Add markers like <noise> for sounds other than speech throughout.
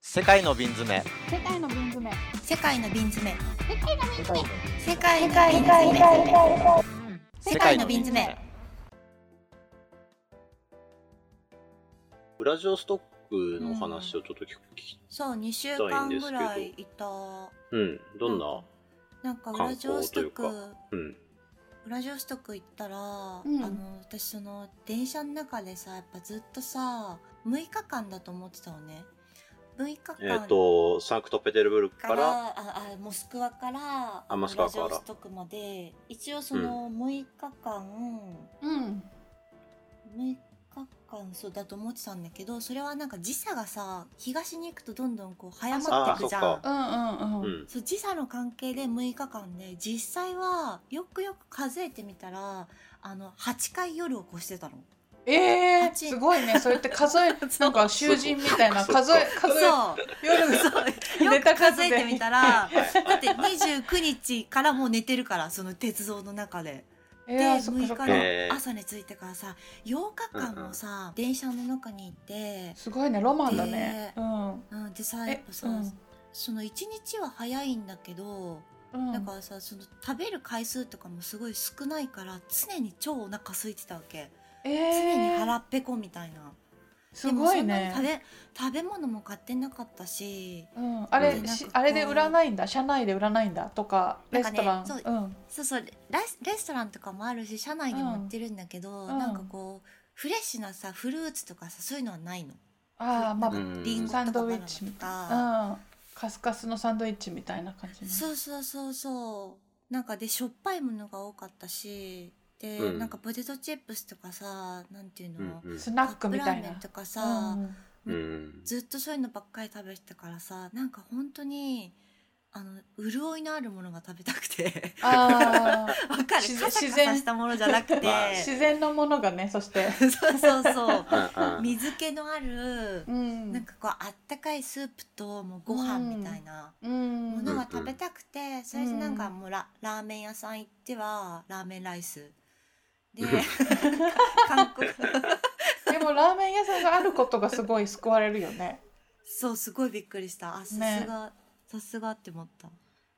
世界の瓶詰め世界の瓶詰め世界の瓶詰め世界の瓶詰め世界の瓶詰め世界の瓶詰めウラジオストックの話をちょっと聞き、そう2週間ぐらいいたうん、どんな、なんかウラジオスト観クうん、ウラジオストク行ったら、んあの私その電車の中でさやっぱずっとさ6日間だと思ってたのね6日間えっ、と、サンクトペテルブルクかからら、ああモスクワからあモスクワからウラジオストクまで一応その6日間、うん6日間そうだと思ってたんだけどそれはなんか時差がさ東に行くとどんどんこう早まっていくじゃあそっんかうんうんうんうん、そう時差の関係で6日間で実際はよくよく数えてみたらあの8回夜を越してたのえー、八すごいねそうやって数 <laughs> えなんか囚人みたいなそう数えそう数え夜そう寝 <laughs> よたく数数でえてみたらだって29日からもう寝てるからその鉄道の中で。えでー、あそっかそっ6日か、えーの朝に着いてからさ8日間もさ、電車の中にいて、すごいねロマンだね、うんうん、でさやっえぱさ、うんその1日は早いんだけど、うんだからさその食べる回数とかもすごい少ないから常に超お腹空いてたわけ、え常にー腹ペコみたいなすごいでもそんねなに食べ食べ物も買ってなかったしうん、あれ、うしんなんかこうあれで売らないんだ車内で売らないんだとかレストランなんかねう、ん、そうそうレスレストランとかもあるし社内でも売ってるんだけど、うんなんかこうフレッシュなさフルーツとかさそういうのはないのああまあ、ううんん、んリンゴとサかンバナドウィナッチみとたかカスカスのサンドイッチみたいな感じねそうそうそうそうなんかでしょっぱいものが多かったしで、うんなんかポテトチップスとかさなんていうの、うん、うんスナックカップみラたーいメなンとかさ、うんうん、ずっとそういうのばっかり食べてたからさなんか本当にあの潤いのあるものが食べたくて <laughs> ああわかる自然カサカサしたものじゃなくてまあ <laughs> 自然のものがねそしてそう <laughs> そうそううんうん水気のあるうんなんかこうあったかいスープともうご飯みたいなうもんのが食べたくてそれでなんかもうララーメン屋さん行ってはラーメンライスで <laughs> 韓国でもラーメン屋さんがあることがすごい救われるよねそうすごいびっくりしたあさすねが、さすがって思った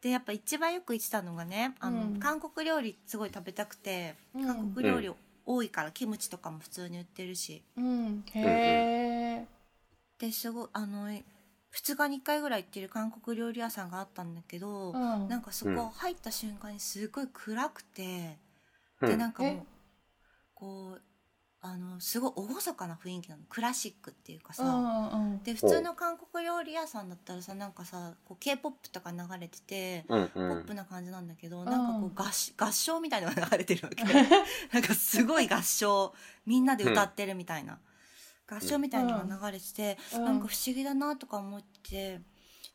でやっぱ一番よく言ってたのがねあの、うん韓国料理すごい食べたくてうん韓国料理多いから、キムチとかも普通に売ってるしうんへえですごいあの2日に1回ぐらい行ってる韓国料理屋さんがあったんだけど、うんなんかそうんこ入った瞬間にすごい暗くて、うんでなんかもうえこうあのすごい厳かな雰囲気なのクラシックっていうかさ、うんうんで普通の韓国料理屋さんだったらさなんかさこう k p o p とか流れてて、うんうポッんプな感じなんだけんど、なんかこう <laughs> 合し合唱みたいなのが流れてるわけ <laughs> なんかすごい合唱みんなで歌ってるみたいな、合唱みたいなのが流れてて、うんなんか不思議だなとか思って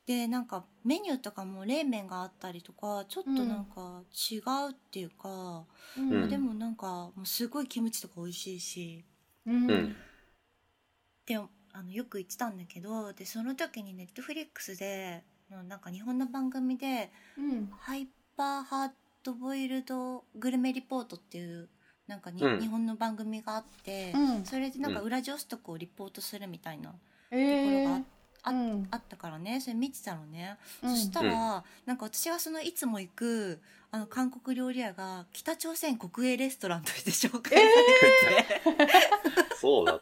でなんかメニューとかも冷麺があったりとかちょっとなんか違うっていうか、うんうんでもなんかもうすごいキムチとか美味しいしうんうんってあのよく言ってたんだけどでその時にネットフリックスでのなんか日本の番組でうん「ハイパーハードボイルドグルメリポート」っていうなんかに、うん日本の番組があって、うんそれでなんかうウラジオストクをリポートするみたいなところえがあーあうんあったからねそれ見てたのね、うんそしたら、なんか私はそのいつも行くあの韓国料理屋が北朝鮮国営レストランとして紹介されてて、そうだ。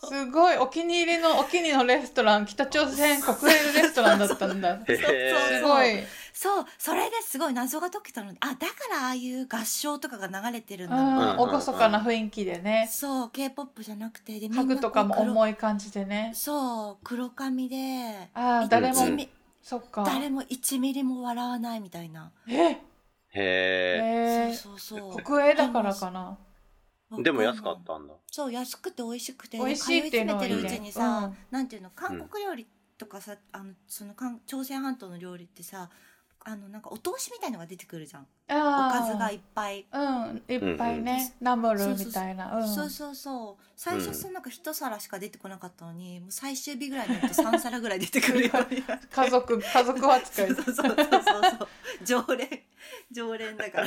そうすごいお気に入りのお気に入りのレストラン北朝鮮国営レストランだったんだへすえごいそうそれですごい謎が解けたのであだからああいう合唱とかが流れてるんだなうん厳かな雰囲気でねそう k p o p じゃなくてでみ家んな具ことうかも黒重い感じでねそう黒髪でああ誰も一ミそっか誰も1ミリも笑わないみたいな、えへえーそうそうそう国営だからかなえ。でも安かったんだ。そう安くて美味しくて美味しいっていうのはいいね通い詰めてるうちにさ、うんなんていうの韓国料理とかさあのその韓朝鮮半島の料理ってさあのなんかお通しみたいのが出てくるじゃんおあーかずがいっぱい、うんいっぱいね、ナムルみたいなうんそうそうそう最初そのなんか一皿しか出てこなかったのに、もう最終日ぐらいになると3皿ぐらい出てくるようになって家族家族扱そいうそうそうそうそう常連常連だから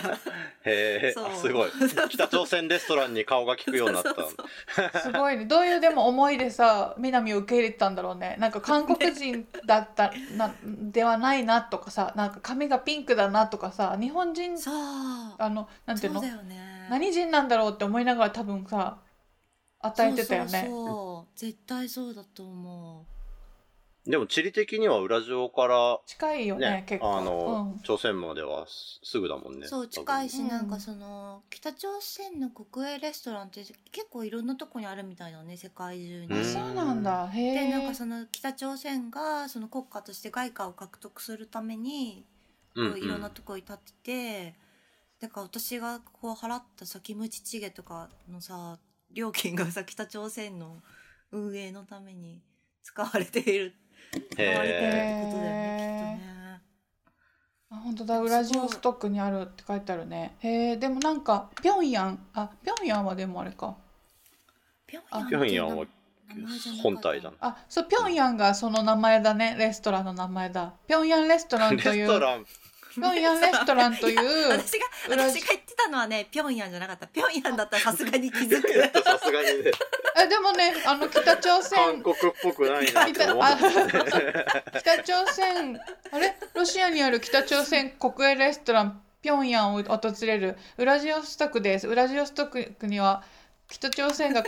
へえ、そうあすごい。北朝鮮レストランに顔が利くようになった。そうそうそすうごいねどういうでも思いでさ南を受け入れてたんだろうねなんか韓国人だ <laughs> ったなではないなとかさなんか髪がピンクだなとかさ日本人そうあのなんていうそのうだよね何人なんだろうって思いながら多分さ与えてたよねそうそうそう絶対そうだと思でも地理的には裏城か近いよらねね、結構あの、うん朝鮮まではすすぐだもんう、ね。そう近いし。し、うんなんかその北朝鮮の国営レストランって結構いろんなとこにあるみたいだね世界中に、うんそうなんだへえでなんかその北朝鮮がその国家として外貨を獲得するためにこうういろんなとこに立ってて、だから私がこう払ったさキムチチゲとかのさ料金が <laughs> さ北朝鮮の運営のために使われている使われているってことだよねきっとね。あ本当だウラジオストックにあるって書いてあるねへえでもなんか平壌あ平壌はでもあれかピョピョンヤンはは本体だな。あそう平壌がその名前だねレストランの名前だ平壌レストランレといスうトラン、平壌レストランといいや <laughs> う <laughs> 私が裏地私が言ってたのはねピョンヤンじゃなかったピョンヤンだったらさすがに気 <laughs> づくさすがにね、えでもねあの北朝韓鮮国っぽくないなって北思あう。北朝鮮あれロシアにある北朝鮮国営レストラン平壌を訪れるウラジオストクですウラジオストクには北朝鮮が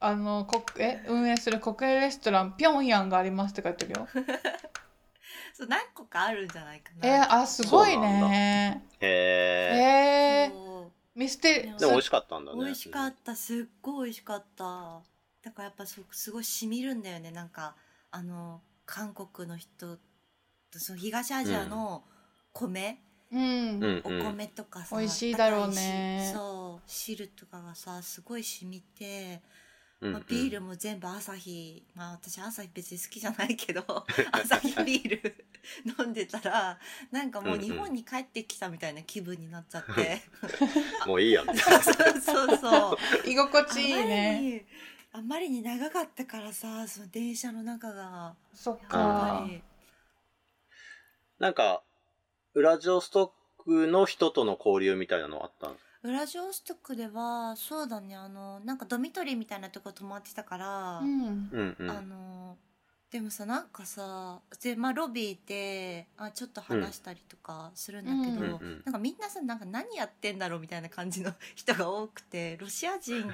あの国え運営する国営レストラン平壌がありますって書いてるよそう何個かあるんじゃないかなえー、あすごいね <laughs> へえ。えー、そミステーでも美味しかったんだうね。美味しかったすっごい美味しかっただからやっぱすすごいしみるんだよねなんかあの韓国の人とその東アジアの米、うん、うんうおん。米とかさ美味しいだろうね高いしそう汁とかがさすごいしみてうんまうあん、ビールも全部朝日、まあ私朝日別に好きじゃない <laughs> けど朝日ビール <laughs> 飲んでたらなんかもう日本に帰ってきたみたいな気分になっちゃって、 <laughs> もういいやん。そうそうそう居心地いいあまりねにあまりに長かったからさその電車の中がそっやっかぱりなんか、ウラジオストックの人との交流みたいなのあったのウラジオストクではそうだねあのなんかドミトリーみたいなとこ泊まってたから、うんうんうあん。のでもさなんかさで、まあ、ロビーであちょっと話したりとかするんだけど、うんうんうんなんかみんなさなんか何やってんだろうみたいな感じの <laughs> 人が多くてロシア人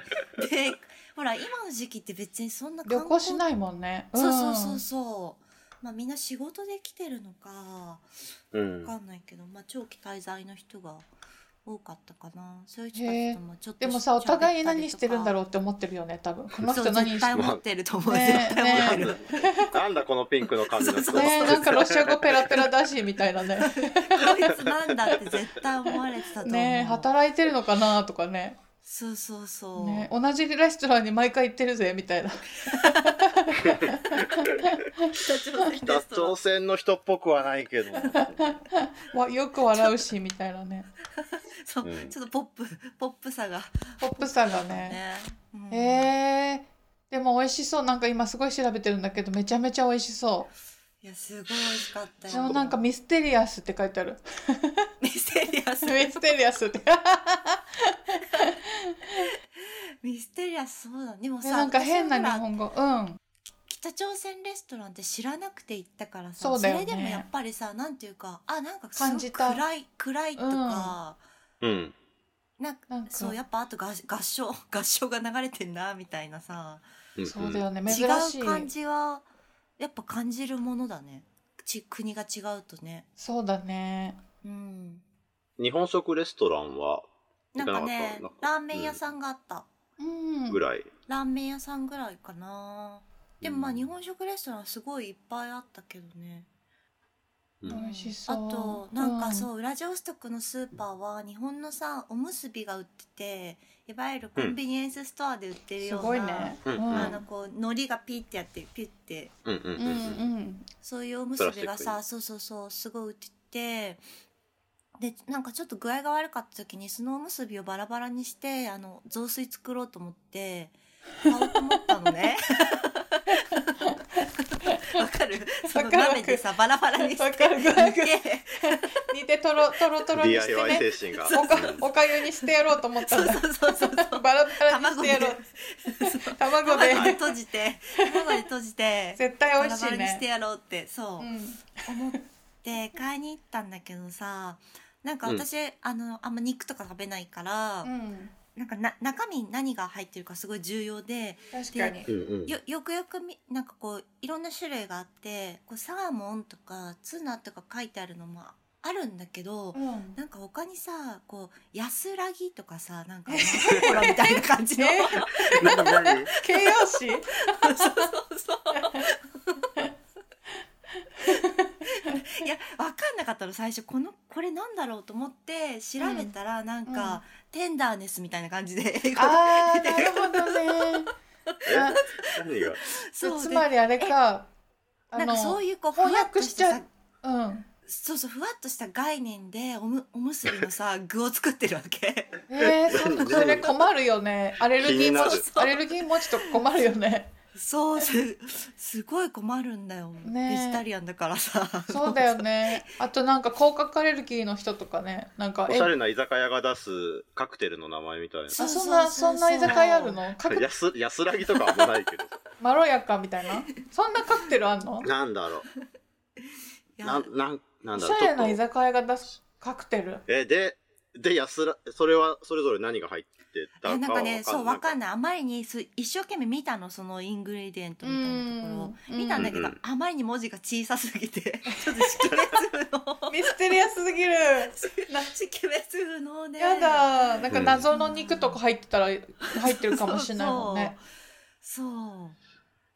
で <laughs> ほら今の時期って別にそんな旅行しい、ないもんねそうそうそそうそう、まあ、みんな仕事で来てるのかうん分。かんないけど、まあ、長期滞在の人が多かったかなそういう人たちともちょっとでもさお互い喋ったり何としかてるんだろうって思ってるよね多分このそう人何絶して対る思ってると思う、ね絶対思ってる。なんだこのピンクの髪の人そうねなんかロシア語ペラペラだしみたいな <laughs> ねこいつなんだって絶対思われてたと思う。ね働いてるのかなとかねそうそうそう。ね同じレストランに毎回行ってるぜみたいな北朝鮮北 <laughs> 朝鮮の人っぽくはないけど。わよく笑うしみたいなねそう、うんちょっとポップポップさがポップさがねね。うんえーでも美味しそうなんか今すごい調べてるんだけどめちゃめちゃ美味しそいやすごい美味しかったうよ。でもなんかミステリアスって書いてあるミステリア <laughs> スミステリアスってミステリアスそうだ。でもでさなんか変な私日はほら本語うん北朝鮮レストランって知らなくて行ったからさそうだよねれでもやっぱりさなんていうかあなんかす感ごじいた暗い暗いとか、うん。なんかなんかそうやっぱあと合合唱 <laughs> 合唱が流れてんなみたいなさ。んそうだよね珍違しいう感じはやっぱ感じるものだねち国が違うとねそうだねうん日本食レストランはなんかね行かなかったラーメン屋さんがあった、うんぐらい。ラーメン屋さんぐらいかなでもまあうん日本食レストランすごいいっぱいあったけどねうん美味しそうあとなんかうそう、ウラジオストクのスーパーは日本のさおむすびが売ってていわゆるコンビニエンスストアで売ってるすような、ごいねうんうんあのこう海苔がピッてやってピッてうんうんうんうんそういうおむすびがプラさスそうそうそうすごい売っててでなんかちょっと具合が悪かった時にスノー結びをバラバラにしてあの雑炊作ろうと思って買おうと思ったの <laughs> ね。わかるそのわかるわかる鍋でさバラバラにしてわかるわかる煮て煮てとろとろとろにして DIY ね精神が。おかおかゆにしてやろうと思ったそんうだそうそうそうそう <laughs> バラバラにし卵てでやろうそう卵で卵で閉じて卵で閉じて絶対バ美ラ味バしラいにしてねやろうってそう。うん思って買いに行ったんだけどさなんかうん私、あのあんま肉とか食べないから、うんなんかな中身に何が入ってるかすごい重要で確かにうんうん。よよくよくみなんかこういろんな種類があってこうサーモンとかツナとか書いてあるのもあるんだけど、うんなんか他にさこう安らぎとか <laughs> さなんかマコロみたいな感じのえ何何形容詞 <laughs> そうそうそう。いや分かんなかったの最初このこれなんだろうと思って調べたらなんか、うんテンダーネスみたいな感じで英語であーなるほどねえあ何がそうつまりあれかあなんのかそういうこうふわ翻っと訳ししちゃたう <laughs> うんそうそうふわっとした概念でおむおむすびのさ具を作ってるわけ <laughs> えー、そうそれ困るよねアレルギー持気にちアレルギー持ちとか困るよねそうすすごい困るんだよ、ねえベジタリアンだからさそうだよねあとなんか広角アレルギーの人とかねなんかおしゃれな居酒屋が出すカクテルの名前みたいな。あそんなそんな居酒屋あるのかく <laughs> 安安らぎとかはもうな <laughs> いけど。まろやかみたいなそんなカクテルあんのなんだろ。いう <laughs> やなんなんなおんだしゃろう。れなち居ょっと酒屋が出すカクテルえでで安らそれはそれぞれ何が入ってたかえはなんかねそうわかんない。ないあまりにそう一生懸命見たのそのイングリディエントみたいなところをうん見たんだけど、うんあまりに文字が小さす <laughs> ぎてちょっと識別不ミステリアスすぎる <laughs> 能識別不能でやだなんか謎の肉とか入ってたら入ってるかもしれないもんねそうそう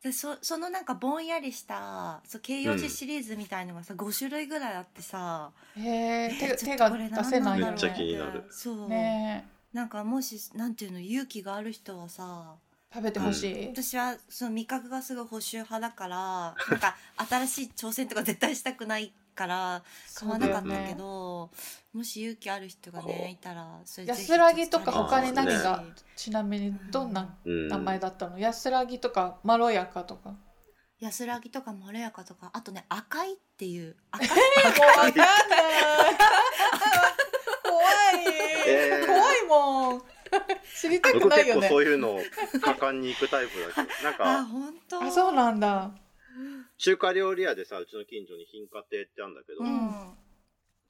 でそそのなんかぼんやりしたそう形容詞シリーズみたいのがさ、5種類ぐらいあってさへええ手ちょ手っとがこれ出何なんせないめよっちゃ気ねになるそう、ねなんかもしなんていうの勇気がある人はさえ食べてほしい、私はその味覚がすごい保守派だ <laughs> からなんか新しい挑戦とか絶対したくないから買わなかったけど、もし勇気ある人がねいたらそれぜひ安らぎとか他に何がちなみにどんなうん、名前だったの、安らぎとかまろやかとか安らぎとかまろやかとかあとね赤いっていう <laughs> 赤いもうわかんない怖い怖いもん知りたく僕ない結よ構ねそういうのを果敢に行くタイプだ <laughs> けど、なんあか本当あそうなんだ中華料理屋でさ、うちの近所に品家亭ってあるんだけど、うん、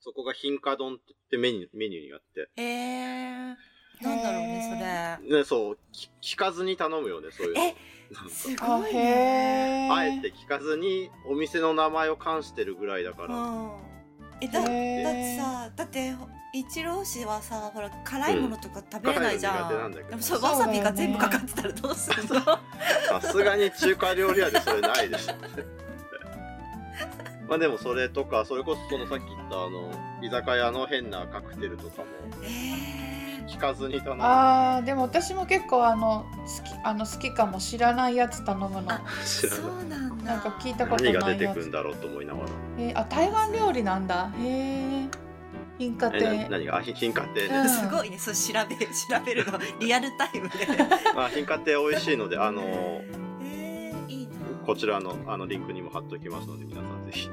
そこが品家丼って言ってメニューメニューにあって、えー、なんだろうねね、そう、き聞かずに頼むよね、そういうの。えなんかそれすあごいへねえあえて聞かずにお店の名前を冠してるぐらいだかうら、んえだだっへーてさだって一郎氏はさほら辛いものとか食べれないじゃん,、うん辛いの苦手なんだけどでもそそううだわよねさびが全部かかってたらどうするのさすがに中華料理屋でそれないでしょ。 <laughs> まあでもそれとか、それこそそのさっき言ったあの、居酒屋の変なカクテルとかもえ <laughs> 聞かずに頼む。あーでも私も結構あの好きあの好きかも知らないやつ頼むのあ知ー、らそないうなんだなんか聞いたことない何やつが出てくるんだろうと思いながら。えーあ台湾料理なんだへえ品家え、な庭何があ、ひ品家庭うんね。すごいねそう調べ調べるのリアルタイム <laughs> であ、品家庭美味しいので、あの、えー、いいなこちらのあのリンクにも貼っときますので、皆さんぜひ。